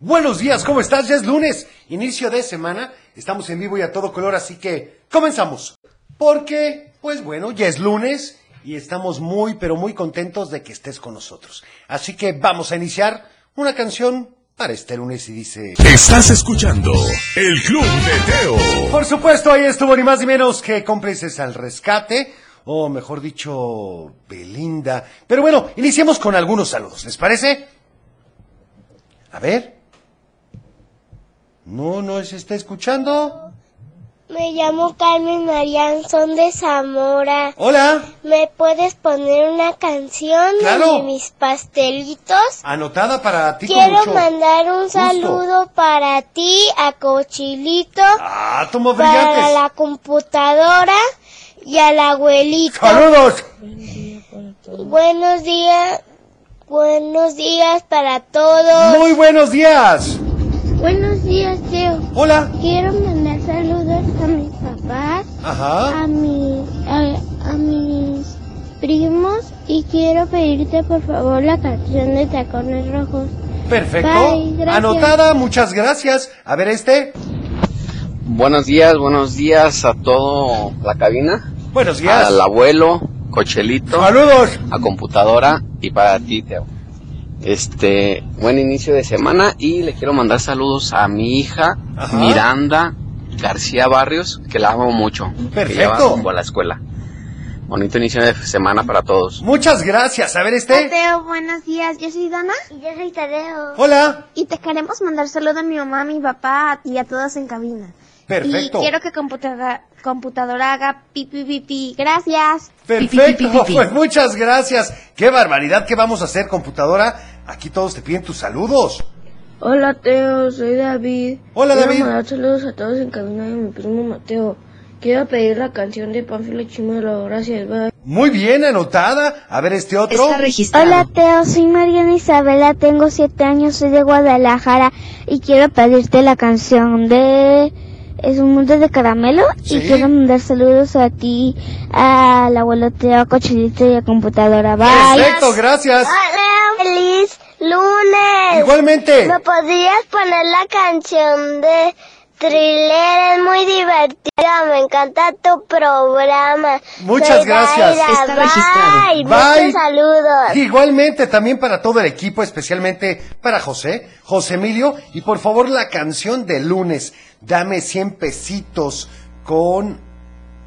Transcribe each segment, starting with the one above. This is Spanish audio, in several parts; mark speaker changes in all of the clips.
Speaker 1: Buenos días, ¿cómo estás? Ya es lunes, inicio de semana, estamos en vivo y a todo color, así que comenzamos. Porque, pues bueno, ya es lunes y estamos muy, pero muy contentos de que estés con nosotros. Así que vamos a iniciar una canción para este lunes y dice...
Speaker 2: Estás escuchando El Club de Teo.
Speaker 1: Por supuesto, ahí estuvo ni más ni menos que cómplices al rescate, o mejor dicho, Belinda. Pero bueno, iniciemos con algunos saludos, ¿les parece? A ver. No, no se está escuchando.
Speaker 3: Me llamo Carmen Marian, son de Zamora.
Speaker 1: Hola.
Speaker 3: ¿Me puedes poner una canción
Speaker 1: Claro.
Speaker 3: de mis pastelitos?
Speaker 1: Anotada para ti. con
Speaker 3: Quiero
Speaker 1: mucho
Speaker 3: mandar un
Speaker 1: gusto.
Speaker 3: saludo para ti, a Cochilito,
Speaker 1: Ah, tomo
Speaker 3: para
Speaker 1: brillantes.
Speaker 3: la computadora y al abuelito.
Speaker 1: Saludos.
Speaker 3: Buenos días, buenos días para todos.
Speaker 1: Muy buenos días.
Speaker 3: Buenos días, Teo.
Speaker 1: Hola.
Speaker 3: Quiero mandar saludos a mis papás.
Speaker 1: Ajá.
Speaker 3: a, mi- a, a mis primos y quiero pedirte por favor la canción de Tacones Rojos.
Speaker 1: Perfecto.
Speaker 3: Bye, gracias.
Speaker 1: Anotada, muchas gracias. A ver este.
Speaker 4: Buenos días, buenos días a todo la cabina,
Speaker 1: Buenos días.
Speaker 4: al abuelo, cochelito,
Speaker 1: Saludos.
Speaker 4: a computadora y para ti, Teo. Este, buen inicio de semana y le quiero mandar saludos a mi hija
Speaker 1: Ajá.
Speaker 4: Miranda García Barrios, que la amo mucho. Que ya va
Speaker 1: Perfecto.
Speaker 4: rumbo a la escuela. Bonito inicio de semana para todos.
Speaker 1: Muchas gracias. A ver este.
Speaker 5: Teo, buenos días. Yo soy Dana.
Speaker 3: Y yo soy Tadeo.
Speaker 1: Hola.
Speaker 5: Y te queremos mandar saludo a mi mamá, a mi papá y a todos en cabina.
Speaker 1: Perfecto.
Speaker 5: Y quiero que computadora, computadora haga pipi pipi. Gracias.
Speaker 1: Perfecto, pues muchas gracias. Qué barbaridad, ¿qué vamos a hacer, computadora? Aquí todos te piden tus saludos.
Speaker 6: Hola Teo, soy David.
Speaker 1: Hola,
Speaker 6: Quiero
Speaker 1: David.
Speaker 6: mandar saludos a todos en cabina de mi primo Mateo. Quiero pedir la canción de Pánfilo Chimelo. Gracias, bye.
Speaker 1: Muy bien, anotada. A ver este otro.
Speaker 7: Está registrado.
Speaker 3: Hola Teo, soy Mariana Isabela, tengo siete años, soy de Guadalajara y quiero pedirte la canción de Es un mundo de caramelo
Speaker 1: Sí.
Speaker 3: y quiero mandar saludos a ti, al abuelo Teo, a Cochilito y a computadora. Bye.
Speaker 1: Perfecto, gracias.
Speaker 3: Hola, feliz lunes.
Speaker 1: Igualmente.
Speaker 3: ¿Me podrías poner la canción de Thriller? Es muy divertida, me encanta tu programa.
Speaker 1: Muchas gracias.
Speaker 7: Está registrado.
Speaker 3: Bye,
Speaker 1: Bye.
Speaker 3: muchos saludos.
Speaker 1: Igualmente también para todo el equipo, especialmente para José, José Emilio, y por favor la canción de lunes, dame 100 pesitos con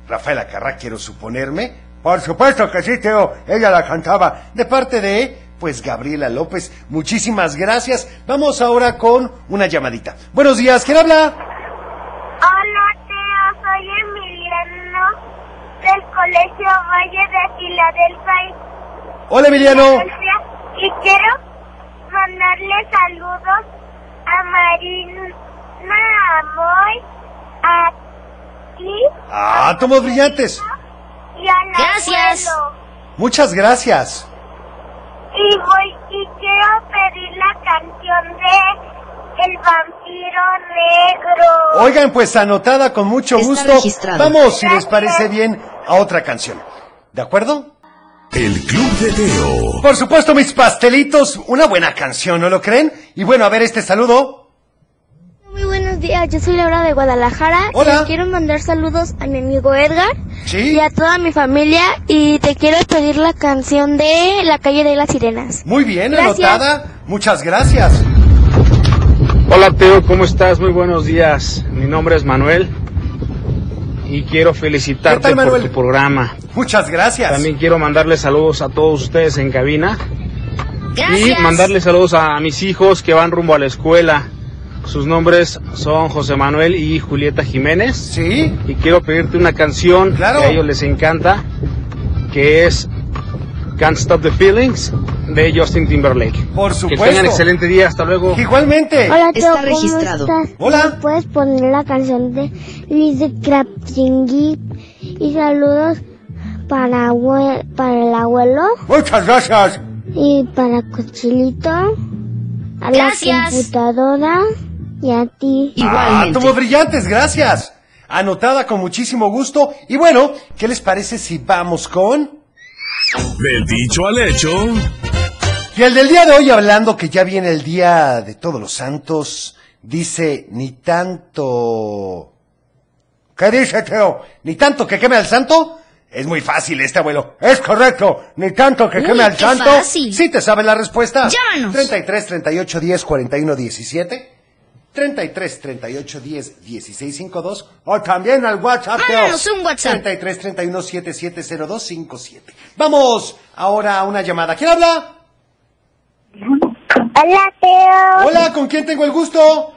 Speaker 1: Rafael Acarrá, quiero suponerme. Por supuesto que sí, Teo, ella la cantaba. De parte de, pues, Gabriela López, muchísimas gracias. Vamos ahora con una llamadita. Buenos días, ¿quién habla?
Speaker 8: Hola, Teo, soy Emiliano del Colegio Valle de Filadelfia.
Speaker 1: Hola Emiliano.
Speaker 8: Filadelfia, Y quiero mandarle saludos a Marina Amoy, a ti
Speaker 1: Ah, tomos brillantes.
Speaker 8: y a la
Speaker 7: Gracias.
Speaker 1: Muchas gracias.
Speaker 8: Y voy y quiero pedir la canción de El vampiro negro.
Speaker 1: Oigan, pues anotada con mucho
Speaker 7: Está
Speaker 1: gusto.
Speaker 7: registrado.
Speaker 1: Vamos, si les parece bien, a otra canción. ¿De acuerdo?
Speaker 2: El Club de Teo.
Speaker 1: Por supuesto, mis pastelitos, una buena canción, ¿no lo creen? Y bueno, a ver este saludo.
Speaker 3: Muy buenos días, yo soy Laura de Guadalajara.
Speaker 1: Hola.
Speaker 3: Y quiero mandar saludos a mi amigo Edgar
Speaker 1: Sí.
Speaker 3: y a toda mi familia y te quiero pedir la canción de La calle de las sirenas.
Speaker 1: Muy bien,
Speaker 3: Gracias.
Speaker 1: anotada. Muchas gracias.
Speaker 9: Hola Teo, ¿cómo estás? Muy buenos días. Mi nombre es Manuel y quiero felicitarte
Speaker 1: ¿Qué tal,
Speaker 9: por
Speaker 1: Manuel?
Speaker 9: tu programa.
Speaker 1: Muchas gracias.
Speaker 9: También quiero mandarles saludos a todos ustedes en cabina
Speaker 7: Gracias.
Speaker 9: y mandarles saludos a mis hijos que van rumbo a la escuela. Sus nombres son José Manuel y Julieta Jiménez
Speaker 1: Sí.
Speaker 9: y quiero pedirte una canción
Speaker 1: Claro.
Speaker 9: que a ellos les encanta, que es Can't Stop the Feelings de Justin Timberlake.
Speaker 1: Por
Speaker 9: Que tengan
Speaker 1: supuesto.
Speaker 9: excelente día, hasta luego.
Speaker 1: Igualmente.
Speaker 3: Hola,
Speaker 7: Está
Speaker 3: Teo, ¿cómo
Speaker 7: registrado.
Speaker 3: estás?
Speaker 1: Hola.
Speaker 3: ¿Me puedes poner la canción de Liz de Krapchingi? Y saludos para, abue- para el abuelo
Speaker 1: Muchas gracias.
Speaker 3: y para Cochilito, a la
Speaker 7: Gracias.
Speaker 3: computadora y a ti.
Speaker 1: Ah,
Speaker 7: Igualmente.
Speaker 1: tomos brillantes, gracias. Anotada con muchísimo gusto. Y bueno, ¿qué les parece si vamos con...
Speaker 2: Del dicho al hecho.
Speaker 1: Y el del día de hoy, hablando que ya viene el día de todos los santos, dice, ni tanto... ¿Qué dice, Teo? ¿Ni tanto que queme al santo? Es muy fácil este abuelo. Es correcto. Ni tanto que
Speaker 7: Uy,
Speaker 1: queme al
Speaker 7: qué
Speaker 1: santo.
Speaker 7: fácil.
Speaker 1: Sí te sabes la respuesta.
Speaker 7: Llámanos.
Speaker 1: 33 38 10 41 17. 33 38 10 16 52. O también al WhatsApp. Teo.
Speaker 7: Mándanos un WhatsApp.
Speaker 1: 33 31 7702 57. Vamos ahora a una llamada. ¿Quién habla?
Speaker 8: Hola, Teo.
Speaker 1: Hola, ¿con quién tengo el gusto?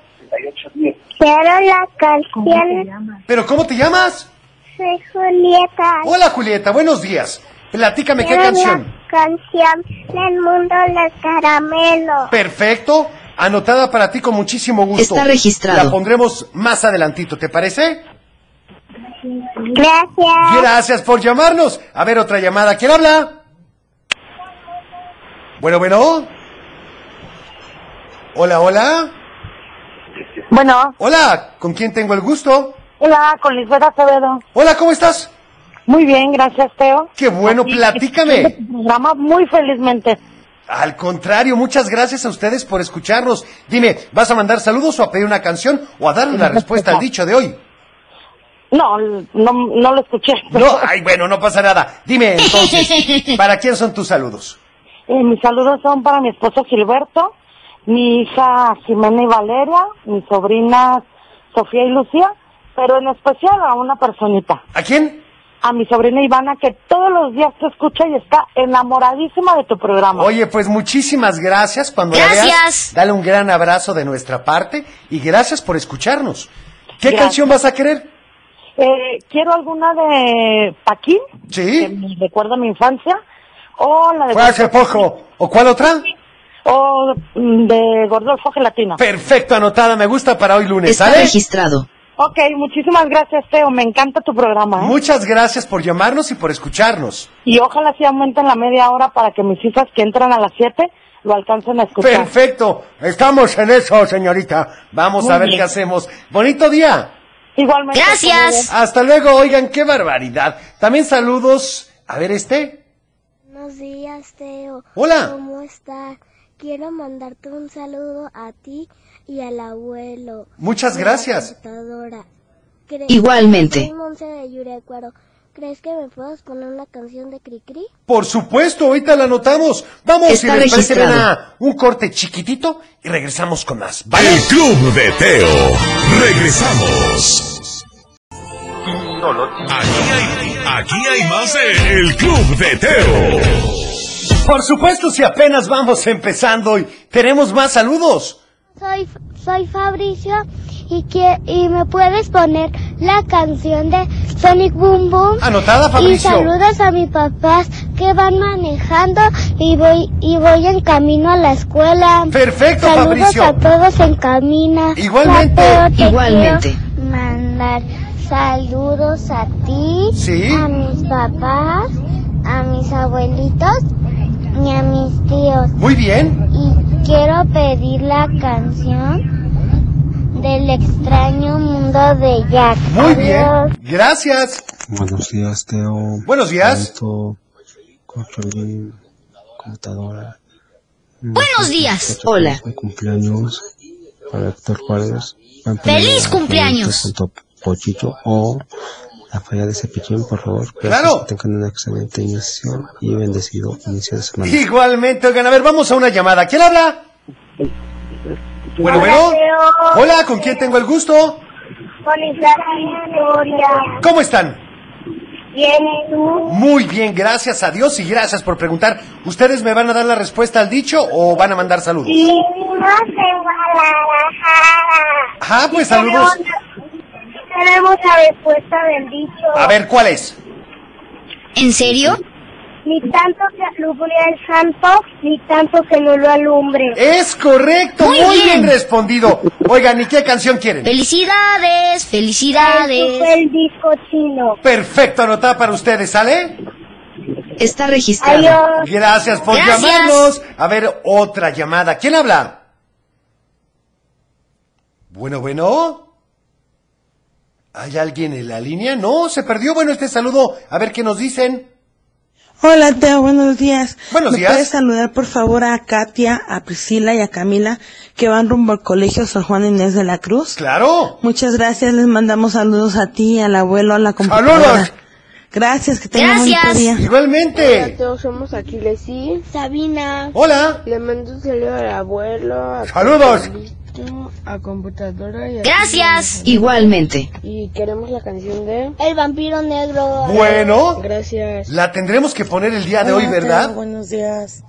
Speaker 8: Quiero la canción.
Speaker 1: ¿Pero cómo te llamas?
Speaker 8: Soy Julieta.
Speaker 1: Hola, Julieta, buenos días. Platícame qué
Speaker 8: Quiero
Speaker 1: canción.
Speaker 8: La canción del mundo los caramelos.
Speaker 1: Perfecto, anotada para ti con muchísimo gusto.
Speaker 7: Está registrado.
Speaker 1: La pondremos más adelantito, ¿te parece?
Speaker 8: Gracias.
Speaker 1: Gracias por llamarnos. A ver, otra llamada. ¿Quién habla? Bueno, bueno. Hola, hola.
Speaker 10: Bueno,
Speaker 1: Hola, ¿con quién tengo el gusto?
Speaker 10: hola, con Lisbeth Acevedo.
Speaker 1: Hola, ¿cómo estás?
Speaker 10: Muy bien, gracias, Teo.
Speaker 1: Qué bueno, platícame.
Speaker 10: Este programa muy felizmente.
Speaker 1: Al contrario, muchas gracias a ustedes por escucharnos. Dime, ¿vas a mandar saludos o a pedir una canción o a darle la respuesta al dicho de hoy?
Speaker 10: No, no, no lo escuché.
Speaker 1: No, ay, bueno, no pasa nada. Dime entonces, ¿para quién son tus saludos?
Speaker 10: Eh, mis saludos son para mi esposo Gilberto, mi hija Jimena y Valeria, mis sobrinas Sofía y Lucía, pero en especial a una personita,
Speaker 1: ¿A quién?
Speaker 10: a mi sobrina Ivana, que todos los días te escucha y está enamoradísima de tu programa.
Speaker 1: Oye, pues muchísimas gracias. Cuando la veas,
Speaker 7: Gracias.
Speaker 1: dale un gran abrazo de nuestra parte y gracias por escucharnos. ¿Qué
Speaker 10: Gracias.
Speaker 1: canción vas a querer?
Speaker 10: Eh, quiero alguna de Paquín, que
Speaker 1: ¿Sí? Pues-
Speaker 10: me recuerda a mi infancia, o la de...
Speaker 1: Fue hace poco. ¿O cuál otra?
Speaker 10: o mm, de Gordolfo Gelatina.
Speaker 1: Perfecto, anotada. Me gusta para hoy lunes,
Speaker 7: Está
Speaker 1: ¿sale?
Speaker 7: registrado.
Speaker 10: Ok, muchísimas gracias, Teo. Me encanta tu programa. ¿eh?
Speaker 1: Muchas gracias por llamarnos y por escucharnos.
Speaker 10: Y ojalá sí aumenten la media hora para que mis hijas que entran a las 7 lo alcancen a escuchar.
Speaker 1: Perfecto, estamos en eso, señorita. Vamos
Speaker 10: Muy
Speaker 1: a ver
Speaker 10: bien.
Speaker 1: qué hacemos. Bonito día.
Speaker 10: Igualmente.
Speaker 7: Gracias.
Speaker 1: Hasta luego, oigan, qué barbaridad. También saludos. A ver este.
Speaker 3: Buenos días, Teo.
Speaker 1: Hola.
Speaker 3: ¿Cómo estás? Quiero mandarte un saludo a ti y al abuelo.
Speaker 1: Muchas
Speaker 3: de la
Speaker 1: gracias.
Speaker 3: computadora. Cre-
Speaker 7: Igualmente.
Speaker 3: Soy Monse de Yurecuaro. ¿Crees que me puedas poner una canción de Cricri?
Speaker 1: Por supuesto, ahorita la anotamos. Vamos
Speaker 7: Está
Speaker 1: y les parece,
Speaker 7: registrado.
Speaker 1: Elena, un corte chiquitito y regresamos con más. ¿Vale?
Speaker 2: El Club de Teo. Regresamos. Aquí hay, aquí hay más de El Club de Teo.
Speaker 1: Por supuesto, si apenas vamos empezando y tenemos más saludos.
Speaker 3: Soy, soy Fabricio y, que, y me puedes poner la canción de Sonic Boom Boom.
Speaker 1: Anotada,
Speaker 3: Y
Speaker 1: Ah, Fabricio.
Speaker 3: saludos a mis papás que van manejando y voy y voy en camino a la escuela.
Speaker 1: Perfecto,
Speaker 3: saludos
Speaker 1: Fabricio.
Speaker 3: a todos en camino.
Speaker 1: Igualmente.
Speaker 3: Mateo, te
Speaker 7: Igualmente.
Speaker 3: quiero Mandar saludos a ti,
Speaker 1: Sí.
Speaker 3: a mis papás, a mis abuelitos y a mis tíos.
Speaker 1: Muy bien.
Speaker 3: Y quiero pedir la canción del extraño mundo de Jack.
Speaker 1: Muy bien.
Speaker 3: Adiós.
Speaker 1: Gracias.
Speaker 11: Buenos días, Teo.
Speaker 1: Buenos días.
Speaker 11: Alto, Coacholín, computadora.
Speaker 7: Buenos días. Hola.
Speaker 11: Mi cumpleaños para Héctor Paredes.
Speaker 7: ¡Feliz cumpleaños!
Speaker 11: Junto Pochito o la falla de Cepillín, por favor. Gracias,
Speaker 1: ¡Claro!
Speaker 11: que Tengan un excelente inicio y bendecido inicio de semana.
Speaker 1: Igualmente, oigan, a ver, vamos a una llamada. ¿Quién habla? Bueno, bueno.
Speaker 8: Teo.
Speaker 1: Hola, ¿con quién tengo el gusto?
Speaker 8: Con esta historia.
Speaker 1: ¿Cómo están?
Speaker 8: Bien, ¿y tú?
Speaker 1: Muy bien, gracias a Dios y gracias por preguntar. ¿Ustedes me van a dar la respuesta al dicho o van a mandar saludos?
Speaker 8: Vivimos en Guadalajara.
Speaker 1: Ajá, pues saludos.
Speaker 8: Tenemos- Tenemos la respuesta del dicho.
Speaker 1: A ver, ¿cuál es?
Speaker 7: ¿En serio?
Speaker 8: Ni tanto que alumbre el santo, ni tanto que no lo alumbre.
Speaker 1: Es correcto, muy,
Speaker 7: Muy
Speaker 1: bien.
Speaker 7: bien.
Speaker 1: respondido. Oigan, ¿y qué canción quieren?
Speaker 7: Felicidades,
Speaker 12: Eh,
Speaker 8: Este fue
Speaker 7: felicidades.
Speaker 8: el disco chino.
Speaker 1: Perfecto, anotada para ustedes, ¿sale?
Speaker 7: Está registrado.
Speaker 8: Adiós.
Speaker 1: Gracias por
Speaker 7: Gracias.
Speaker 1: llamarnos. A ver, otra llamada. ¿Quién habla? Bueno, bueno. ¿Hay alguien en la línea? No, se perdió. Bueno, este saludo. A ver qué nos dicen.
Speaker 13: Hola, Teo, buenos días.
Speaker 1: Buenos
Speaker 13: ¿Me
Speaker 1: días.
Speaker 13: puedes saludar, por favor, a Katia, a Priscila y a Camila, que van rumbo al colegio San Juan Inés de la Cruz?
Speaker 1: ¡Claro!
Speaker 13: Muchas gracias, les mandamos saludos a ti, al abuelo, a la computadora.
Speaker 1: ¡Saludos!
Speaker 13: Gracias, que tengan un bonito día.
Speaker 1: Igualmente.
Speaker 14: todos somos Aquiles y Sabina.
Speaker 1: Hola.
Speaker 14: Le mando un saludo al abuelo. a
Speaker 1: Saludos.
Speaker 14: Pablito, A computadora y a-
Speaker 7: Gracias. Igualmente.
Speaker 14: Y queremos la canción de El vampiro negro.
Speaker 1: Bueno.
Speaker 14: Gracias.
Speaker 1: La tendremos que poner el día de hoy,
Speaker 15: Hola, Teo,
Speaker 1: ¿verdad?
Speaker 15: buenos días.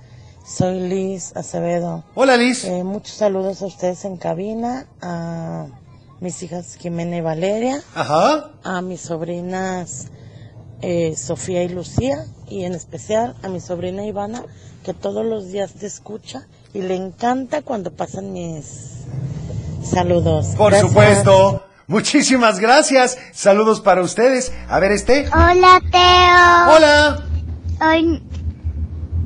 Speaker 15: Soy Liz Acevedo. Eh,
Speaker 1: Hola,
Speaker 13: Eh,
Speaker 1: Liz.
Speaker 15: muchos saludos a ustedes en cabina, a mis hijas Jimena y Valeria,
Speaker 1: Ajá.
Speaker 15: a mis sobrinas eh, Sofía y Lucía, y en especial a mi sobrina Ivana, que todos los días te escucha y le encanta cuando pasan mis saludos.
Speaker 1: Por
Speaker 15: Gracias.
Speaker 1: supuesto. Muchísimas gracias. Saludos para ustedes. A ver este.
Speaker 3: Hola, Teo.
Speaker 1: Hola.
Speaker 3: Hoy,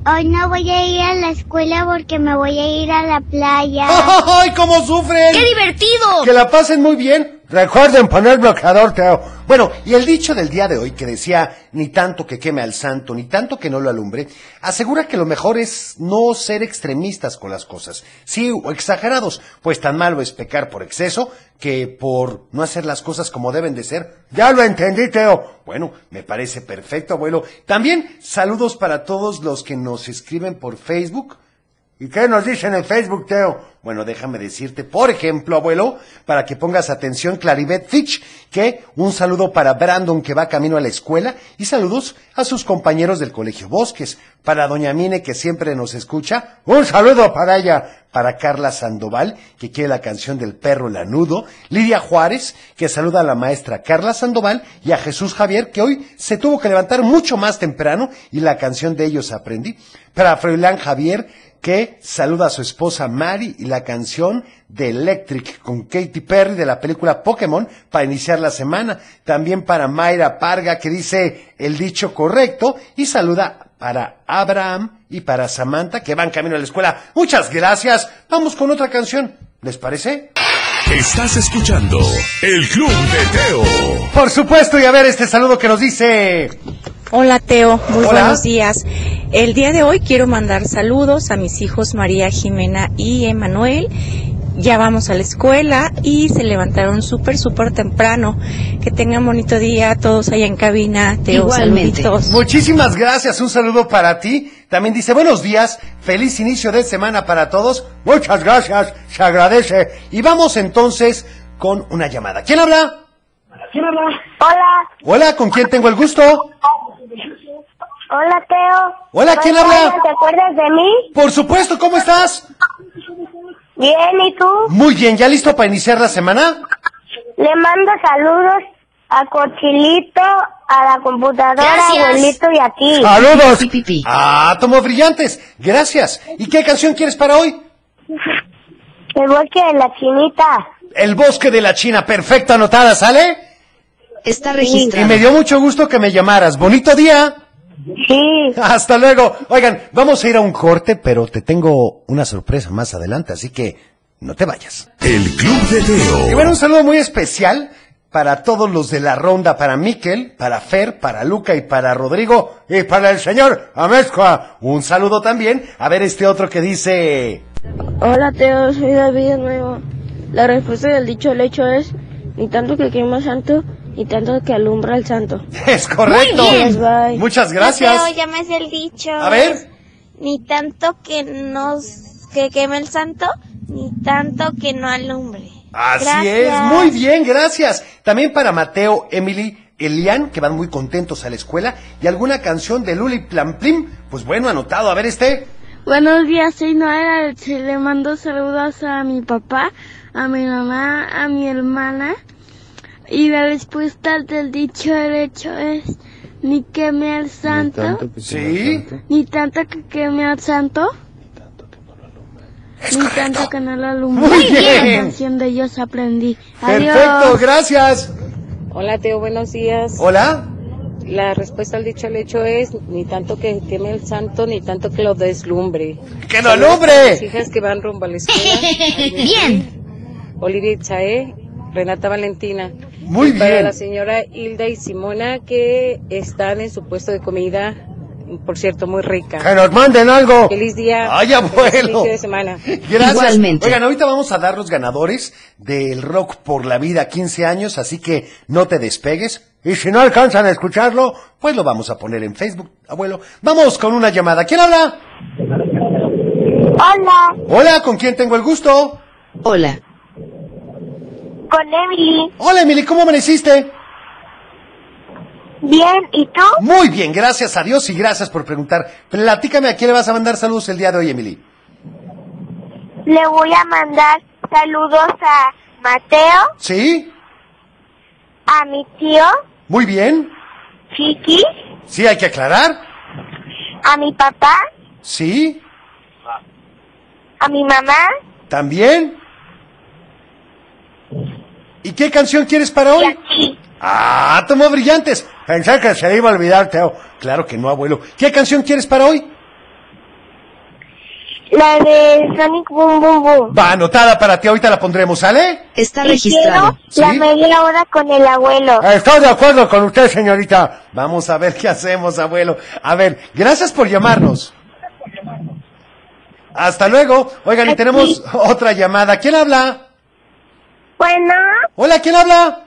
Speaker 3: hoy no voy a ir a la escuela porque me voy a ir a la playa.
Speaker 1: ¡Ay, cómo sufren!
Speaker 3: ¡Qué divertido!
Speaker 1: Que la pasen muy bien. Recuerden poner bloqueador, Teo. Bueno, y el dicho del día de hoy que decía, ni tanto que queme al santo, ni tanto que no lo alumbre, asegura que lo mejor es no ser extremistas con las cosas. Sí, o exagerados, pues tan malo es pecar por exceso que por no hacer las cosas como deben de ser. Ya lo entendí, Teo. Bueno, me parece perfecto, abuelo. También saludos para todos los que nos escriben por Facebook. ¿Y qué nos dicen en Facebook, Teo? Bueno, déjame decirte, por ejemplo, abuelo, para que pongas atención, Claribet Fitch, que un saludo para Brandon que va camino a la escuela y saludos a sus compañeros del Colegio Bosques, para Doña Mine que siempre nos escucha, un saludo para ella, para Carla Sandoval que quiere la canción del perro lanudo, Lidia Juárez que saluda a la maestra Carla Sandoval y a Jesús Javier que hoy se tuvo que levantar mucho más temprano y la canción de ellos aprendí, para Froilán Javier que saluda a su esposa Mari y la canción de Electric con Katy Perry de la película Pokémon para iniciar la semana. También para Mayra Parga que dice el dicho correcto y saluda para Abraham y para Samantha que van camino a la escuela. Muchas gracias. Vamos con otra canción. ¿Les parece?
Speaker 2: Estás escuchando El Club de Teo.
Speaker 1: Por supuesto, y a ver este saludo que nos dice...
Speaker 12: Hola Teo, muy
Speaker 1: Hola.
Speaker 12: buenos días. El día de hoy quiero mandar saludos a mis hijos María Jimena y Emanuel. Ya vamos a la escuela y se levantaron súper, súper temprano. Que tengan bonito día a todos allá en cabina. Teo, saluditos.
Speaker 1: Muchísimas gracias, un saludo para ti. También dice, buenos días, feliz inicio de semana para todos. Muchas gracias, se agradece. Y vamos entonces con una llamada. ¿Quién habla?
Speaker 8: Hola,
Speaker 1: Hola, ¿con quién tengo el gusto?
Speaker 8: hola Teo.
Speaker 1: Hola, ¿quién
Speaker 8: Soy
Speaker 1: habla?
Speaker 8: Ana, ¿Te acuerdas de mí?
Speaker 1: Por supuesto, ¿cómo estás?
Speaker 8: Bien, ¿y tú?
Speaker 1: Muy bien, ¿ya listo para iniciar la semana?
Speaker 8: Le mando saludos a Cochilito, a la computadora,
Speaker 7: Gracias.
Speaker 8: abuelito y a ti.
Speaker 1: ¡Saludos! ¡Átomos Ah, brillantes! Gracias. ¿Y qué canción quieres para hoy?
Speaker 8: El bosque de la chinita.
Speaker 1: El bosque de la China, perfecto, anotada, ¿sale?
Speaker 7: Está
Speaker 1: Y
Speaker 7: registrado.
Speaker 1: me dio mucho gusto que me llamaras. Bonito día.
Speaker 8: Sí.
Speaker 1: Hasta luego. Oigan, vamos a ir a un corte, pero te tengo una sorpresa más adelante, así que no te vayas.
Speaker 2: El Club de Teo.
Speaker 1: Y bueno, un saludo muy especial para todos los de la ronda, para Miquel, para Fer, para Luca y para Rodrigo y para el señor Amezcua. Un saludo también. A ver este otro que dice...
Speaker 14: Hola Teo, soy David de nuevo. La respuesta del dicho al hecho es ni tanto que quema santo, ni tanto que alumbra el santo.
Speaker 1: Es correcto.
Speaker 14: Muy bien. Bye.
Speaker 1: Muchas gracias.
Speaker 5: Teo, ya me es el dicho.
Speaker 1: A ver.
Speaker 5: Ni tanto que nos que queme el santo, ni tanto que no alumbre.
Speaker 1: Así
Speaker 5: Gracias.
Speaker 1: es, muy bien, gracias. También para Mateo, Emily, Elian, que van muy contentos a la escuela, y alguna canción de Luli Plamplim, pues bueno, anotado, a ver este.
Speaker 16: Buenos días, soy Noel. Le mando saludos a mi papá, a mi mamá, a mi hermana. Y la respuesta del dicho al hecho es ni queme al santo,
Speaker 1: Sí,
Speaker 16: ni tanto que queme al santo, ni tanto que no lo alumbre.
Speaker 1: Muy
Speaker 16: La
Speaker 1: bien.
Speaker 16: canción de ellos aprendí. Adiós.
Speaker 1: perfecto, gracias.
Speaker 17: Hola Teo, buenos días.
Speaker 1: Hola,
Speaker 17: La respuesta al dicho al hecho es ni tanto que queme el santo, ni tanto que lo deslumbre.
Speaker 1: ¡Que lo
Speaker 17: Saludos
Speaker 1: alumbre!
Speaker 17: a mis hijas que van rumbo a la escuela.
Speaker 7: Bien.
Speaker 17: Olivia Itzae, Renata Valentina.
Speaker 1: Muy
Speaker 17: Y Para
Speaker 1: bien.
Speaker 17: la señora Hilda y Simona que están en su puesto de comida por cierto, muy rica.
Speaker 1: Que nos manden algo.
Speaker 17: Feliz día.
Speaker 1: Ay,
Speaker 17: Feliz
Speaker 1: abuelo.
Speaker 17: inicio de semana.
Speaker 1: Gracias. Oigan, ahorita vamos a dar los ganadores del Rock por la Vida 15 años, así que no te despegues. Y si no alcanzan a escucharlo, pues lo vamos a poner en Facebook, abuelo. Vamos con una llamada. ¿Quién habla?
Speaker 8: Hola,
Speaker 1: Hola, ¿con quién tengo el gusto? Hola.
Speaker 8: con Emily.
Speaker 1: Hola, Emily, ¿cómo amaneciste?
Speaker 8: Bien, ¿y tú?
Speaker 1: Muy bien, gracias a Dios y gracias por preguntar. Platícame a quién le vas a mandar saludos el día de hoy, Emily.
Speaker 8: Le voy a mandar saludos a Mateo,
Speaker 1: ¿Sí?
Speaker 8: a mi tío
Speaker 1: Muy bien.
Speaker 8: Chiqui,
Speaker 1: ¿Sí hay que aclarar?
Speaker 8: a mi papá,
Speaker 1: ¿Sí?
Speaker 8: a mi mamá
Speaker 1: ¿También? ¿Y qué canción quieres para hoy? Ah, tomó brillantes. Pensé que se iba a olvidar, Teo. Claro que no, abuelo. ¿Qué canción quieres para hoy?
Speaker 8: La de Sonic Boom Boom Boom.
Speaker 1: Va anotada para ti, ahorita la pondremos, ¿sale?
Speaker 8: Está
Speaker 1: registrado.
Speaker 8: La
Speaker 1: ¿Sí?
Speaker 8: media hora con el abuelo.
Speaker 1: Estoy de acuerdo con usted, señorita. Vamos a ver qué hacemos, abuelo. A ver, gracias por llamarnos. Hasta luego. Oigan, y tenemos otra llamada. ¿Quién habla?
Speaker 8: Bueno.
Speaker 1: Hola, ¿quién habla?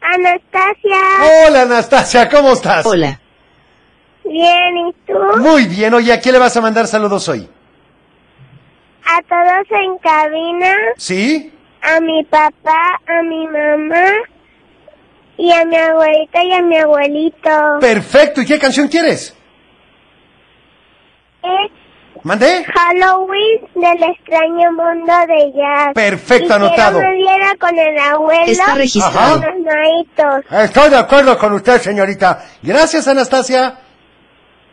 Speaker 8: Anastasia.
Speaker 1: Hola, Anastasia, ¿cómo estás? Hola.
Speaker 8: Bien, ¿y tú?
Speaker 1: Muy bien, oye, ¿a quién le vas a mandar saludos hoy?
Speaker 8: A todos en cabina,
Speaker 1: ¿Sí?
Speaker 8: a mi papá, a mi mamá y a mi abuelita y a mi abuelito.
Speaker 1: Perfecto, ¿y qué canción quieres?
Speaker 8: Es
Speaker 1: ¿Mandé?
Speaker 8: Halloween del extraño mundo de jazz.
Speaker 1: Perfecto,
Speaker 8: Y quiero
Speaker 1: anotado.
Speaker 8: me viera con el abuelo.
Speaker 1: Está registrado.
Speaker 8: y con los maitos.
Speaker 1: Estoy de acuerdo con usted, señorita. Gracias, Anastasia.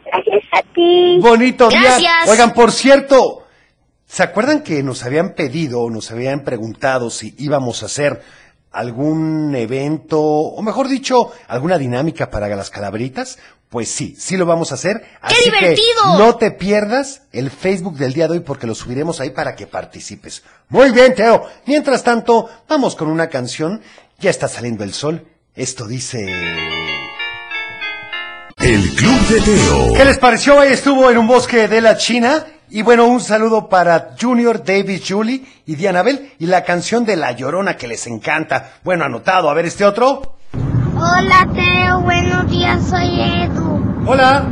Speaker 8: Gracias a ti.
Speaker 1: Bonito día.
Speaker 8: Gracias.
Speaker 1: Oigan, por cierto, ¿se acuerdan que nos habían pedido o nos habían preguntado si íbamos a hacer algún evento, o mejor dicho, alguna dinámica para las calabritas? Pues sí, sí lo vamos a hacer. Así que
Speaker 18: divertido!
Speaker 1: no te pierdas el Facebook del día de hoy porque lo subiremos ahí para que participes. Muy bien, Teo. Mientras tanto, vamos con una canción. Ya está saliendo el sol. Esto dice...
Speaker 2: El Club de Teo.
Speaker 1: ¿Qué les pareció? Ahí estuvo en un bosque de la China. Y bueno, un saludo para Junior, Davis, Julie y Dianabel. Y la canción de La Llorona que les encanta. Bueno, anotado. A ver este otro.
Speaker 8: Hola, Teo. Buenos días, soy Edu.
Speaker 1: Hola.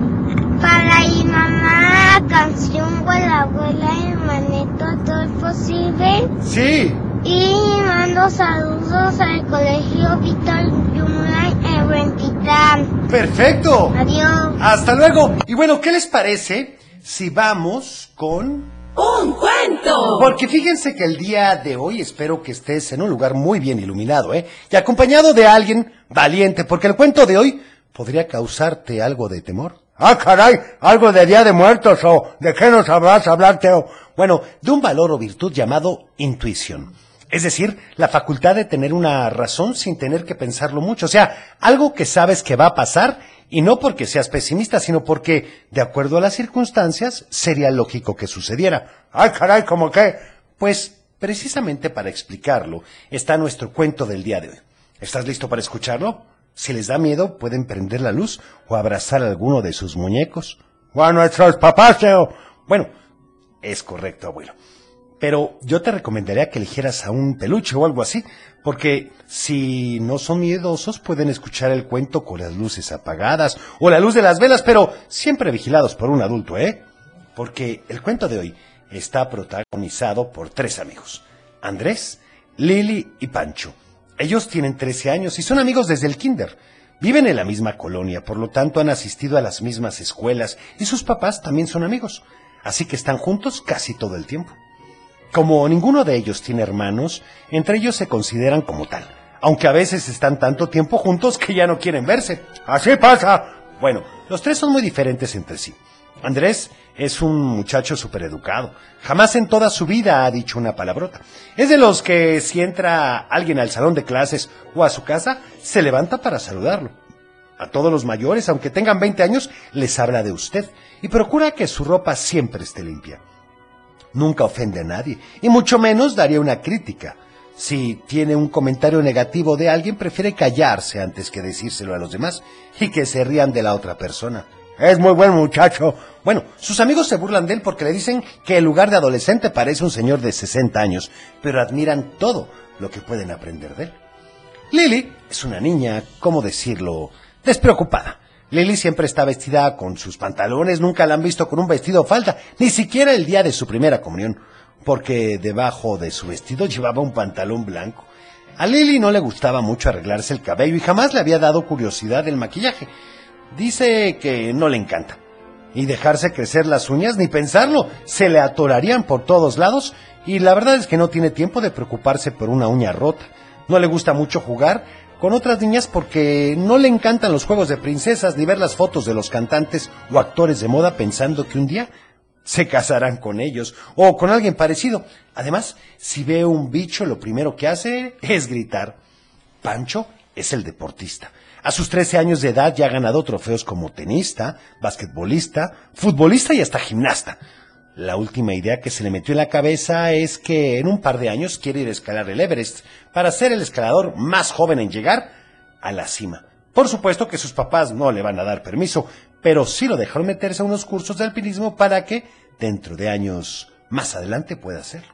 Speaker 8: Para mi mamá, canción con la abuela y el maneto, todo es posible.
Speaker 1: Sí.
Speaker 8: Y mando saludos al colegio Víctor Yumulay en Rentitán.
Speaker 1: Perfecto.
Speaker 8: Adiós.
Speaker 1: Hasta luego. Y bueno, ¿qué les parece si vamos con...
Speaker 8: ¡Un cuento!
Speaker 1: Porque fíjense que el día de hoy espero que estés en un lugar muy bien iluminado, ¿eh? Y acompañado de alguien valiente, porque el cuento de hoy podría causarte algo de temor. Ah, caray, algo de Día de Muertos o de qué nos habrás hablar, Teo. Bueno, de un valor o virtud llamado intuición. Es decir, la facultad de tener una razón sin tener que pensarlo mucho. O sea, algo que sabes que va a pasar y no porque seas pesimista, sino porque, de acuerdo a las circunstancias, sería lógico que sucediera. ¡Ay, caray, cómo qué! Pues, precisamente para explicarlo, está nuestro cuento del día de hoy. ¿Estás listo para escucharlo? Si les da miedo, pueden prender la luz o abrazar a alguno de sus muñecos. ¡O a nuestros papás, Teo! Bueno, es correcto, abuelo. Pero yo te recomendaría que eligieras a un peluche o algo así, porque si no son miedosos pueden escuchar el cuento con las luces apagadas o la luz de las velas, pero siempre vigilados por un adulto, ¿eh? Porque el cuento de hoy está protagonizado por tres amigos, Andrés, Lili y Pancho. Ellos tienen 13 años y son amigos desde el kinder. Viven en la misma colonia, por lo tanto han asistido a las mismas escuelas y sus papás también son amigos, así que están juntos casi todo el tiempo. Como ninguno de ellos tiene hermanos, entre ellos se consideran como tal, aunque a veces están tanto tiempo juntos que ya no quieren verse. Así pasa. Bueno, los tres son muy diferentes entre sí. Andrés es un muchacho supereducado. Jamás en toda su vida ha dicho una palabrota. Es de los que si entra alguien al salón de clases o a su casa, se levanta para saludarlo. A todos los mayores, aunque tengan 20 años, les habla de usted y procura que su ropa siempre esté limpia nunca ofende a nadie, y mucho menos daría una crítica. Si tiene un comentario negativo de alguien, prefiere callarse antes que decírselo a los demás y que se rían de la otra persona. Es muy buen muchacho. Bueno, sus amigos se burlan de él porque le dicen que en lugar de adolescente parece un señor de 60 años, pero admiran todo lo que pueden aprender de él. Lily es una niña, ¿cómo decirlo?, despreocupada. Lily siempre está vestida con sus pantalones, nunca la han visto con un vestido o falda, ni siquiera el día de su primera comunión, porque debajo de su vestido llevaba un pantalón blanco. A Lily no le gustaba mucho arreglarse el cabello y jamás le había dado curiosidad el maquillaje. Dice que no le encanta. Y dejarse crecer las uñas, ni pensarlo, se le atorarían por todos lados y la verdad es que no tiene tiempo de preocuparse por una uña rota. No le gusta mucho jugar con otras niñas porque no le encantan los juegos de princesas ni ver las fotos de los cantantes o actores de moda pensando que un día se casarán con ellos o con alguien parecido. Además, si ve un bicho, lo primero que hace es gritar. Pancho es el deportista. A sus 13 años de edad ya ha ganado trofeos como tenista, basquetbolista, futbolista y hasta gimnasta. La última idea que se le metió en la cabeza es que en un par de años quiere ir a escalar el Everest para ser el escalador más joven en llegar a la cima. Por supuesto que sus papás no le van a dar permiso, pero sí lo dejaron meterse a unos cursos de alpinismo para que, dentro de años más adelante, pueda hacerlo.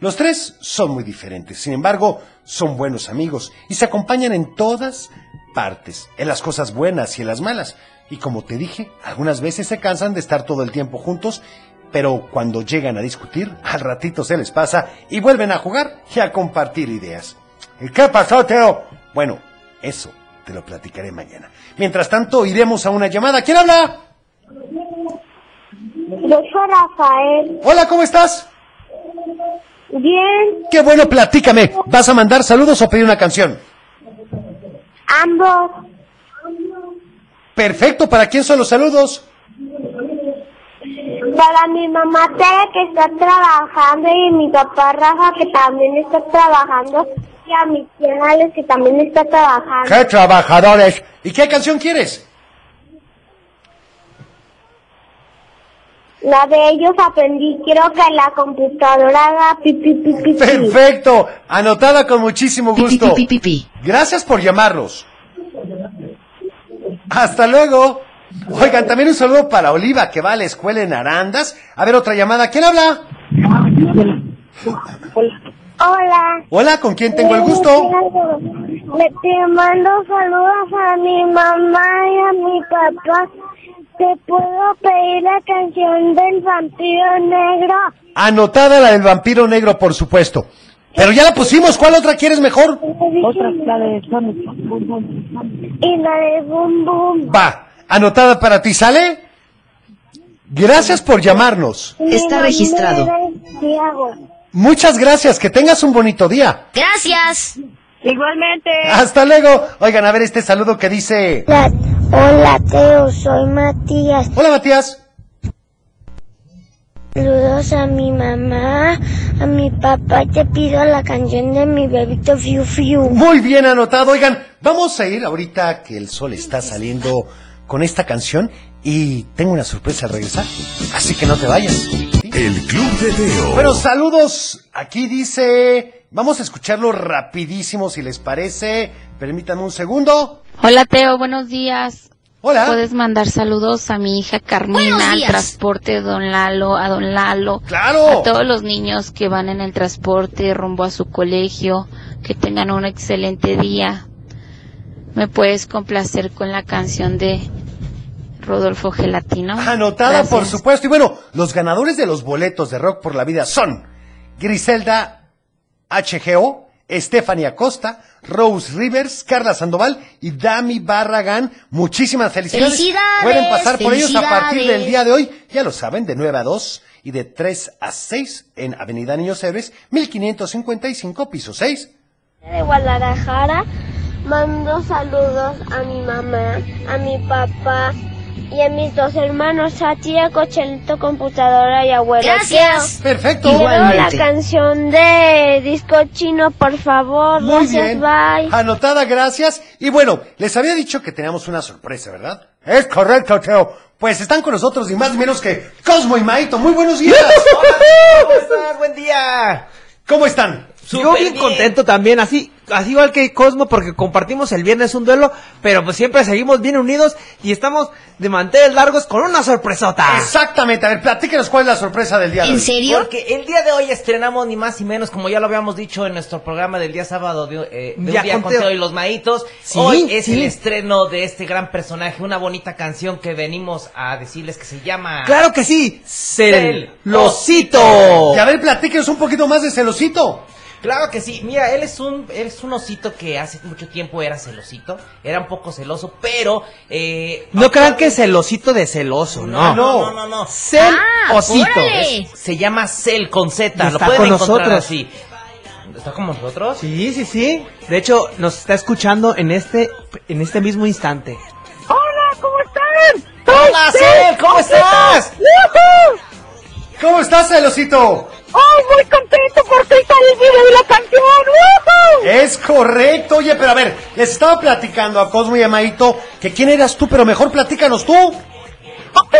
Speaker 1: Los tres son muy diferentes, sin embargo, son buenos amigos y se acompañan en todas partes, en las cosas buenas y en las malas. Y como te dije, algunas veces se cansan de estar todo el tiempo juntos, pero cuando llegan a discutir, al ratito se les pasa y vuelven a jugar y a compartir ideas. ¿Y qué pasó, Teo? Bueno, eso te lo platicaré mañana. Mientras tanto, iremos a una llamada. ¿Quién habla?
Speaker 8: Yo soy Rafael.
Speaker 1: Hola, ¿cómo estás?
Speaker 8: Bien,
Speaker 1: Qué bueno, platícame. ¿Vas a mandar saludos o pedir una canción?
Speaker 8: ambos.
Speaker 1: Perfecto, ¿para quién son los saludos?
Speaker 8: Para mi mamá Tere que está trabajando y mi papá Rafa que también está trabajando y a mi tía Alex que también está trabajando.
Speaker 1: ¡Qué trabajadores! ¿Y qué canción quieres?
Speaker 8: La de ellos aprendí, quiero que la computadora haga pi, pi, pi, pi, pi.
Speaker 1: Perfecto, anotada con muchísimo gusto.
Speaker 8: pi, pi,
Speaker 1: Gracias por llamarlos. Hasta luego. Oigan, también un saludo para Oliva que va a la escuela en Arandas. A ver, otra llamada. ¿Quién habla?
Speaker 8: Hola.
Speaker 1: Hola, ¿con quién tengo el gusto?
Speaker 8: Me te mando saludos a mi mamá y a mi papá. ¿Te puedo pedir la canción del vampiro negro?
Speaker 1: Anotada la del vampiro negro, por supuesto. Pero ya la pusimos, ¿cuál otra quieres mejor?
Speaker 8: Otra, la de Y la de Bum Bum.
Speaker 1: Va, anotada para ti, ¿sale? Gracias por llamarnos.
Speaker 8: Mi nombre es Diego.
Speaker 1: Muchas gracias, que tengas un bonito día.
Speaker 8: Gracias. Igualmente.
Speaker 1: Hasta luego. Oigan, a ver este saludo que dice...
Speaker 8: Hola, Teo, soy Matías.
Speaker 1: Hola, Matías.
Speaker 8: Saludos a mi mamá, a mi papá y te pido la canción de mi bebito Fiu Fiu.
Speaker 1: Muy bien anotado. Oigan, vamos a ir ahorita que el sol está saliendo con esta canción y tengo una sorpresa al regresar. Así que no te vayas.
Speaker 2: El Club de Teo.
Speaker 1: Bueno, saludos. Aquí dice... Vamos a escucharlo rapidísimo si les parece. Permítanme un segundo.
Speaker 18: Hola Teo, buenos días.
Speaker 1: Hola.
Speaker 18: Puedes mandar saludos a mi hija
Speaker 1: Buenos
Speaker 18: Carmina, al
Speaker 1: días.
Speaker 18: transporte Don Lalo, a Don Lalo.
Speaker 1: Claro.
Speaker 18: A todos los niños que van en el transporte rumbo a su colegio, que tengan un excelente día. Me puedes complacer con la canción de Rodolfo Gelatino.
Speaker 19: Ah,
Speaker 1: Anotada, por supuesto. Y bueno, los ganadores de los boletos de Rock por la Vida son Griselda HGO, Stephanie Acosta, Rose Rivers, Carla Sandoval y Dami Barragán. Muchísimas felicidades.
Speaker 19: ¡Felicidades!
Speaker 1: Pueden pasar por ellos a partir
Speaker 19: ¡Felicidades!
Speaker 1: del día de hoy. Ya lo saben, de 9 a 2 y de 3 a 6 en Avenida Niños Héroes, 1555, piso 6.
Speaker 8: De Guadalajara mando saludos a mi mamá, a mi papá y a mis dos hermanos, a tía Cochelito Computadora y abuelo.
Speaker 1: Gracias.
Speaker 8: Teo.
Speaker 1: Perfecto.
Speaker 8: Quiero la
Speaker 1: Igualmente.
Speaker 8: canción de disco chino, por favor.
Speaker 1: Muy
Speaker 8: Gracias,
Speaker 1: bien.
Speaker 8: bye.
Speaker 1: Anotada, gracias. Y bueno, les había dicho que teníamos una sorpresa, ¿verdad? Es correcto, Teo. Pues están con nosotros ni más ni menos que Cosmo y Maito. Muy buenos días.
Speaker 20: ¿Cómo están? Buen día.
Speaker 1: ¿Cómo están?
Speaker 20: Yo bien, contento también, así
Speaker 9: así igual que Cosmo, porque compartimos el viernes un duelo, pero pues siempre seguimos bien unidos y estamos de manteles largos con una
Speaker 20: Ah.
Speaker 9: sorpresota.
Speaker 1: Exactamente, a ver, platíquenos cuál es la sorpresa del día de hoy.
Speaker 20: Porque el día de hoy estrenamos ni más ni menos, como ya lo habíamos dicho en nuestro programa del día sábado de, eh, de
Speaker 9: Ya
Speaker 20: un día con
Speaker 9: conté-
Speaker 20: Teo y los maitos.
Speaker 9: Sí,
Speaker 20: hoy es
Speaker 9: sí.
Speaker 20: el estreno de este gran personaje, una bonita canción que venimos a decirles que se llama.
Speaker 9: Claro que sí, celosito.
Speaker 20: Celosito.
Speaker 1: Y a ver, platíquenos un poquito más de celosito.
Speaker 20: Claro que sí, mira, él es un, él es un osito que hace mucho tiempo era celosito, era un poco celoso, pero eh, Ah,
Speaker 9: No crean que es celosito de celoso, no.
Speaker 20: no, no, no.
Speaker 9: Cel osito.
Speaker 20: Es- se llama Cel con Z, lo
Speaker 9: Está
Speaker 20: pueden
Speaker 9: con
Speaker 20: encontrar
Speaker 9: nosotros.
Speaker 20: así. ¿Está con nosotros?
Speaker 9: Sí, sí, sí. De hecho, nos está escuchando en este, en este mismo instante.
Speaker 8: Hola, ¿cómo están?
Speaker 20: Hola,
Speaker 8: Soy
Speaker 20: Cel, ¿cómo
Speaker 8: Cel.
Speaker 20: estás?
Speaker 8: ¡Yujú!
Speaker 1: ¿Cómo estás, celosito?
Speaker 8: ¡Ay, ¡Oh, muy contento porque está el video de la canción! ¡Yujú!
Speaker 1: Es correcto, oye, pero a ver, les estaba platicando a Cosmo y a Maito que quién eras tú, pero mejor platícanos tú.
Speaker 8: Ok,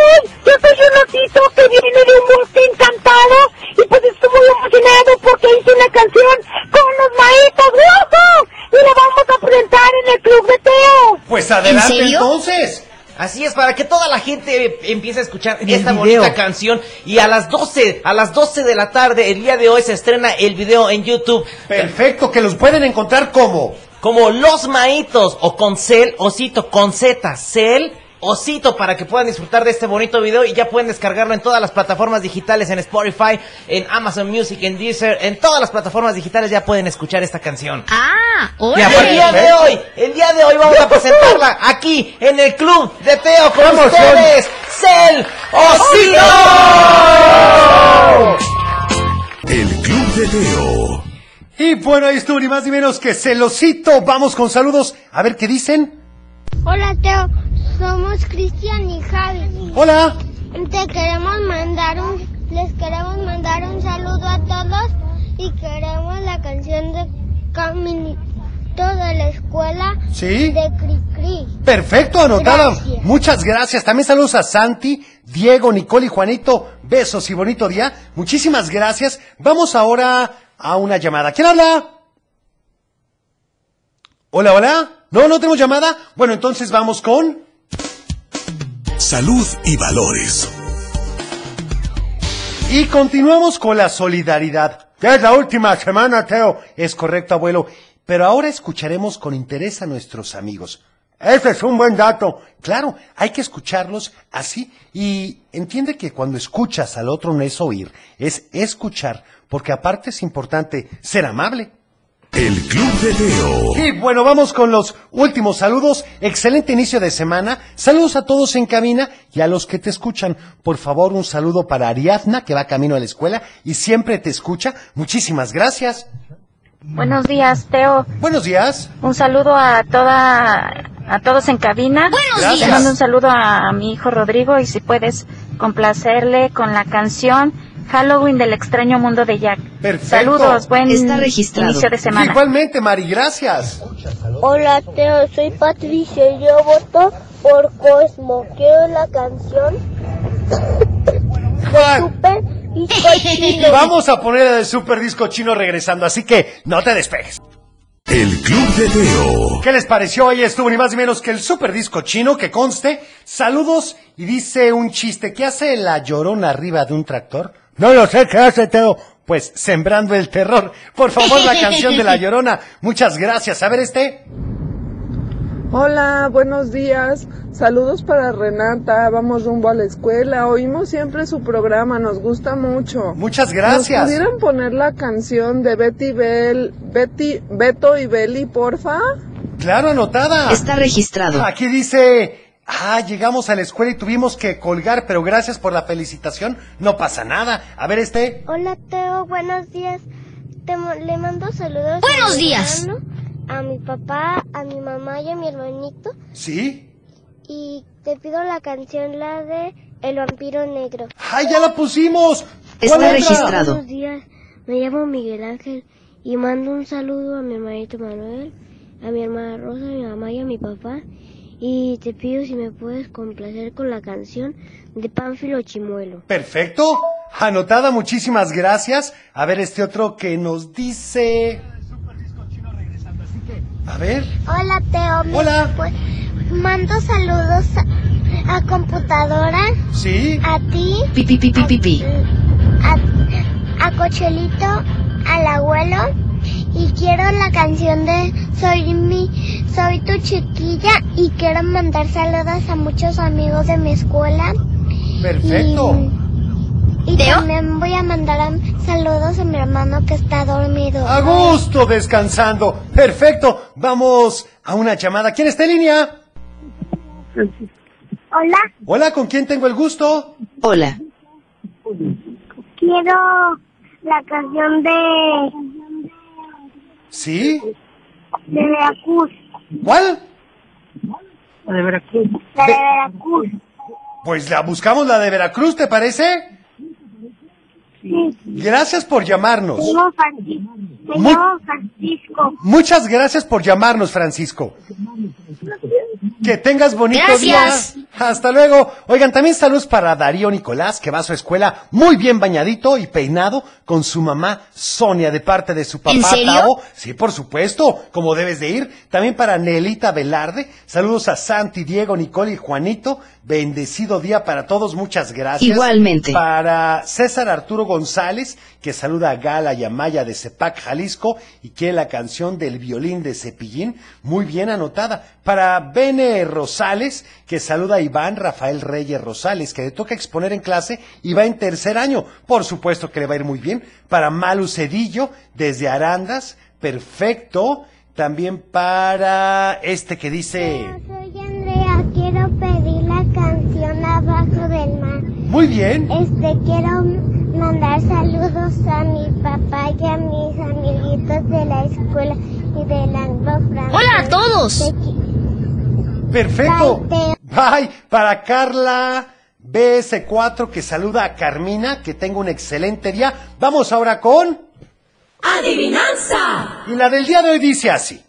Speaker 8: yo soy un osito que viene de un bosque encantado y pues estoy muy emocionado porque hice una canción con los maitos, ¡Yujú! Y la vamos a presentar en el Club de Teo.
Speaker 1: Pues
Speaker 8: adelante, ¿En serio?
Speaker 1: entonces.
Speaker 20: Así es, para que toda la gente empiece a escuchar esta
Speaker 9: video.
Speaker 20: bonita canción. Y a las 12, a las 12 de la tarde, el día de hoy se estrena el video en YouTube.
Speaker 1: Perfecto, que los pueden encontrar como.
Speaker 20: Como Los Maitos o con Cel, Osito, con Z, Cel, Osito, para que puedan disfrutar de este bonito video y ya pueden descargarlo en todas las plataformas digitales, en Spotify, en Amazon Music, en Deezer, en todas las plataformas digitales ya pueden escuchar esta canción.
Speaker 4: Ah,
Speaker 20: Y ¿eh?
Speaker 4: hola.
Speaker 20: el día de hoy, el día de hoy vamos a presentarla aquí en el club de Teo con
Speaker 1: Vamos,
Speaker 20: ustedes, Cel Osito.
Speaker 2: El Club de Teo.
Speaker 1: Y bueno, ahí estuvo ni más ni menos que celosito. Vamos con saludos. A ver qué dicen.
Speaker 3: Hola Teo, somos Cristian y Javi.
Speaker 1: Hola.
Speaker 3: Te queremos mandar un, les queremos mandar un saludo a todos y queremos la canción de Caminito de la escuela
Speaker 1: Sí.
Speaker 3: de Cricri.
Speaker 1: Perfecto, anotada.
Speaker 3: Gracias.
Speaker 1: Muchas gracias. También saludos a Santi, Diego, Nicole y Juanito. Besos y bonito día. Muchísimas gracias. Vamos ahora a una llamada. ¿Quién habla? Hola, hola. No, no tenemos llamada. Bueno, entonces vamos con.
Speaker 2: Salud y valores.
Speaker 1: Y continuamos con la solidaridad. Ya es la última semana, Teo. Es correcto, abuelo. Pero ahora escucharemos con interés a nuestros amigos. Ese es un buen dato. Claro, hay que escucharlos así. Y entiende que cuando escuchas al otro no es oír, es escuchar, porque aparte es importante ser amable.
Speaker 2: El Club de Teo.
Speaker 1: Y bueno, vamos con los últimos saludos. Excelente inicio de semana. Saludos a todos en cabina y a los que te escuchan. Por favor, un saludo para Ariadna, que va camino a la escuela y siempre te escucha. Muchísimas gracias.
Speaker 18: Buenos días, Teo.
Speaker 1: Buenos días.
Speaker 18: Un saludo a toda a todos en cabina. Buenos
Speaker 1: días.
Speaker 18: Te mando un saludo a, a mi hijo Rodrigo y si puedes complacerle con la canción Halloween del extraño mundo de Jack.
Speaker 1: Perfecto.
Speaker 18: Saludos, buen inicio de semana.
Speaker 1: Igualmente, Mari, gracias.
Speaker 3: Hola Teo, soy Patricia y yo voto por Cosmo. Quiero la canción de Super y Cochino.
Speaker 1: Vamos a poner el super disco chino regresando, así que no te despejes.
Speaker 2: El Club de Teo.
Speaker 1: ¿Qué les pareció? Ahí estuvo ni más ni menos que el super disco chino que conste. Saludos y dice un chiste. ¿Qué hace la llorona arriba de un tractor? No lo sé, ¿qué hace Teo? Pues sembrando el terror. Por favor, la canción de la llorona. Muchas gracias. A ver este.
Speaker 21: Hola, buenos días. Saludos para Renata. Vamos rumbo a la escuela. Oímos siempre su programa. Nos gusta mucho.
Speaker 1: Muchas gracias.
Speaker 21: ¿Nos pudieran poner la canción de Betty Bell, Betty, Beto y Beli, porfa?
Speaker 1: Claro, anotada.
Speaker 21: Está registrado.
Speaker 1: Aquí dice, ah, llegamos a la escuela y tuvimos que colgar, pero gracias por la felicitación. No pasa nada. A ver este.
Speaker 3: Hola Teo, buenos días. Te mo- le mando saludos.
Speaker 4: Buenos
Speaker 3: a mi
Speaker 4: días.
Speaker 3: hermano, a mi papá, a mi mamá y a mi hermanito.
Speaker 1: ¿Sí?
Speaker 3: Y te pido la canción, la de El vampiro negro.
Speaker 1: ¡Ah, ya la pusimos!
Speaker 4: Está
Speaker 1: ¿Cuál otra?
Speaker 4: registrado.
Speaker 3: Buenos días, me llamo Miguel Ángel y mando un saludo a mi hermanito Manuel, a mi hermana Rosa, a mi mamá y a mi papá. Y te pido si me puedes complacer con la canción de Pánfilo Chimuelo.
Speaker 1: Perfecto. Anotada, muchísimas gracias. A ver este otro que nos dice... A ver.
Speaker 3: Hola, Teo. ¿me
Speaker 1: Hola.
Speaker 3: pu- Mando saludos a, a computadora.
Speaker 1: Sí.
Speaker 3: A ti.
Speaker 20: Pi, pi, pi, pi, pi, pi.
Speaker 3: A, a Cochelito. Al abuelo. Y quiero la canción de Soy mi, soy tu chiquilla y quiero mandar saludos a muchos amigos de mi escuela.
Speaker 1: Perfecto.
Speaker 3: Y también voy a mandar a- saludos a mi hermano que está dormido.
Speaker 1: A gusto descansando. Perfecto. Vamos a una llamada. ¿Quién está en línea?
Speaker 3: Hola,
Speaker 1: Hola, ¿con quién tengo el gusto?
Speaker 20: Hola.
Speaker 3: quiero la canción de
Speaker 1: ¿Sí?
Speaker 3: de Veracruz.
Speaker 1: ¿Cuál?
Speaker 3: La de Veracruz. La de Veracruz.
Speaker 1: Pues la buscamos la de Veracruz, ¿te parece?
Speaker 3: Sí.
Speaker 1: Gracias por llamarnos.
Speaker 3: Me llamo Francisco. Me
Speaker 1: Mu-
Speaker 3: llamo Francisco.
Speaker 1: Muchas gracias por llamarnos, Francisco. Que tengas bonito
Speaker 3: Gracias.
Speaker 1: día. Hasta luego. Oigan, también saludos para Darío Nicolás, que va a su escuela muy bien bañadito y peinado con su mamá Sonia de parte de su papá
Speaker 20: ¿En serio?
Speaker 1: Tavo. Sí, por supuesto, como debes de ir. También para Nelita Velarde. Saludos a Santi, Diego, Nicole y Juanito. Bendecido día para todos. Muchas gracias.
Speaker 20: Igualmente.
Speaker 1: Para César Arturo González, que saluda a Gala y a Maya de Cepac, Jalisco, y quiere la canción del violín de Cepillín, muy bien anotada. Para Bene Rosales, que saluda a Iván Rafael Reyes Rosales, que le toca exponer en clase y va en tercer año. Por supuesto que le va a ir muy bien. Para Malu Cedillo, desde Arandas, perfecto. También para este que dice...
Speaker 3: Soy Andrea. Quiero pedir la canción Abajo del Mar.
Speaker 1: Muy bien.
Speaker 3: Este, quiero mandar saludos a mi papá y a mis amiguitos de la escuela y del anglo francés.
Speaker 20: Hola a todos.
Speaker 3: Te qui-
Speaker 1: Perfecto.
Speaker 3: Bye, Teo.
Speaker 1: Bye. Para Carla BS4 que saluda a Carmina, que tenga un excelente día. Vamos ahora con...
Speaker 21: ¡Adivinanza!
Speaker 1: Y la del día de hoy dice así.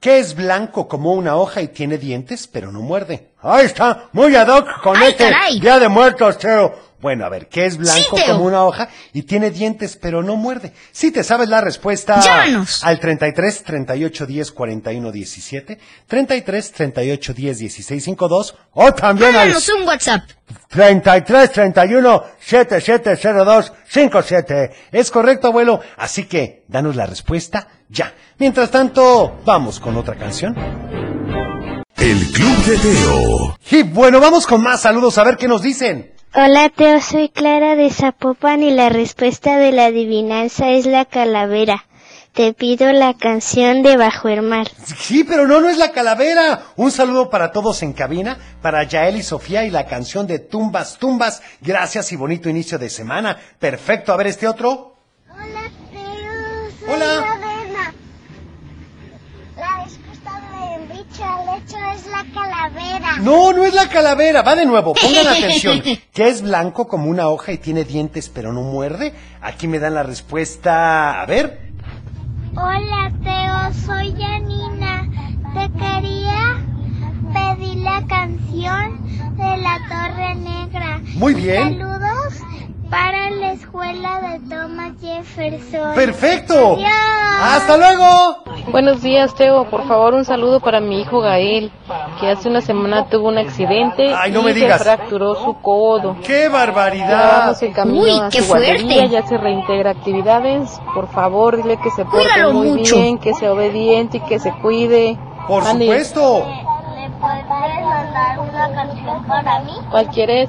Speaker 1: Que es blanco como una hoja y tiene dientes, pero no muerde. Ahí está, muy ad hoc con
Speaker 20: ¡Ay,
Speaker 1: este
Speaker 20: caray!
Speaker 1: Día de Muertos, Teo. Bueno, a ver, que es blanco
Speaker 20: Sí, Teo.
Speaker 1: como una hoja y tiene dientes, pero no muerde. Si te sabes la respuesta
Speaker 20: Llámanos.
Speaker 1: al 33 38 10 41 17, 33 38 10 16 52 o también al
Speaker 20: Mándanos un WhatsApp.
Speaker 1: 33 31 7702 57. Es correcto, abuelo. Así que danos la respuesta ya. Mientras tanto, vamos con otra canción.
Speaker 22: El Club de Teo.
Speaker 1: Y bueno, vamos con más saludos a ver qué nos dicen.
Speaker 23: Hola Teo, soy Clara de Zapopan y la respuesta de la adivinanza es la calavera. Te pido la canción de Bajo el Mar.
Speaker 1: Sí, pero no, no es la calavera. Un saludo para todos en cabina, para Yael y Sofía y la canción de Tumbas, Tumbas. Gracias y bonito inicio de semana. Perfecto, a ver este otro. Hola.
Speaker 3: Lorena. La respuesta de dicho al hecho es la calavera.
Speaker 1: No, no es la calavera. Va de nuevo. Pongan atención. Que es blanco como una hoja y tiene dientes, pero no muerde. Aquí me dan la respuesta. A ver.
Speaker 3: Hola Teo, soy Janina. Te quería pedir la canción de la Torre Negra.
Speaker 1: Muy bien.
Speaker 3: Saludos para la escuela de Thomas Jefferson.
Speaker 1: Perfecto.
Speaker 3: Adiós.
Speaker 1: Hasta luego.
Speaker 24: Buenos días, Teo. Por favor, un saludo para mi hijo Gael, que hace una semana tuvo un accidente
Speaker 1: Ay, no
Speaker 24: y
Speaker 1: me digas.
Speaker 24: se fracturó su codo.
Speaker 1: ¡Qué barbaridad!
Speaker 24: Llevamos el camino
Speaker 20: Uy,
Speaker 24: a
Speaker 20: qué
Speaker 24: su guardería,
Speaker 20: fuerte.
Speaker 24: Ya se reintegra actividades. Por favor, dile que se porte
Speaker 20: Cuídalo
Speaker 24: muy
Speaker 20: mucho.
Speaker 24: bien, que sea obediente y que se cuide.
Speaker 1: Por
Speaker 24: Ande,
Speaker 1: supuesto.
Speaker 3: ¿Le puedes mandar una canción para mí?
Speaker 24: ¿Cuál quieres?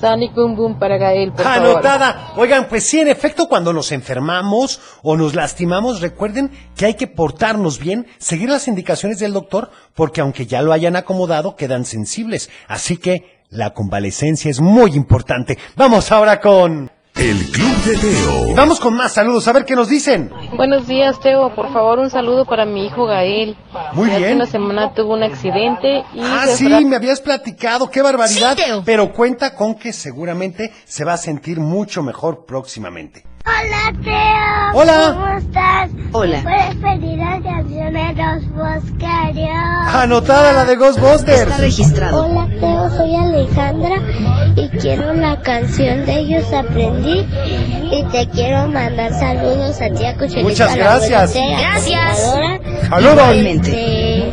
Speaker 24: Sonic Boom Boom para Gael, por favor.
Speaker 1: Anotada. Oigan, pues sí, en efecto, cuando nos enfermamos o nos lastimamos, recuerden que hay que portarnos bien, seguir las indicaciones del doctor, porque aunque ya lo hayan acomodado, quedan sensibles. Así que la convalecencia es muy importante. Vamos ahora con...
Speaker 22: El Club de
Speaker 1: Y
Speaker 22: Teo.
Speaker 1: vamos con más saludos, a ver qué nos dicen.
Speaker 24: Buenos días, Teo. Por favor, un saludo para mi hijo Gael.
Speaker 1: Muy
Speaker 24: que Hace
Speaker 1: bien.
Speaker 24: una semana tuvo un accidente y
Speaker 1: Ah,
Speaker 24: se
Speaker 1: sí,
Speaker 24: fra-
Speaker 1: me habías platicado, qué barbaridad. Pero cuenta con que seguramente se va a sentir mucho mejor próximamente.
Speaker 3: Hola, Teo.
Speaker 1: Hola.
Speaker 3: ¿Cómo estás?
Speaker 1: Hola.
Speaker 3: Preferidas canciones de los Boscarios.
Speaker 1: Anotada la de Ghostbusters.
Speaker 3: Hola, Teo, soy Alejandra y quiero la canción de ellos aprendí y te quiero mandar saludos a tía Cuchelita.
Speaker 1: Muchas
Speaker 3: la
Speaker 1: gracias.
Speaker 3: abuelita, la
Speaker 1: Gracias.
Speaker 3: cocinadora.
Speaker 1: Saludos.
Speaker 3: Este,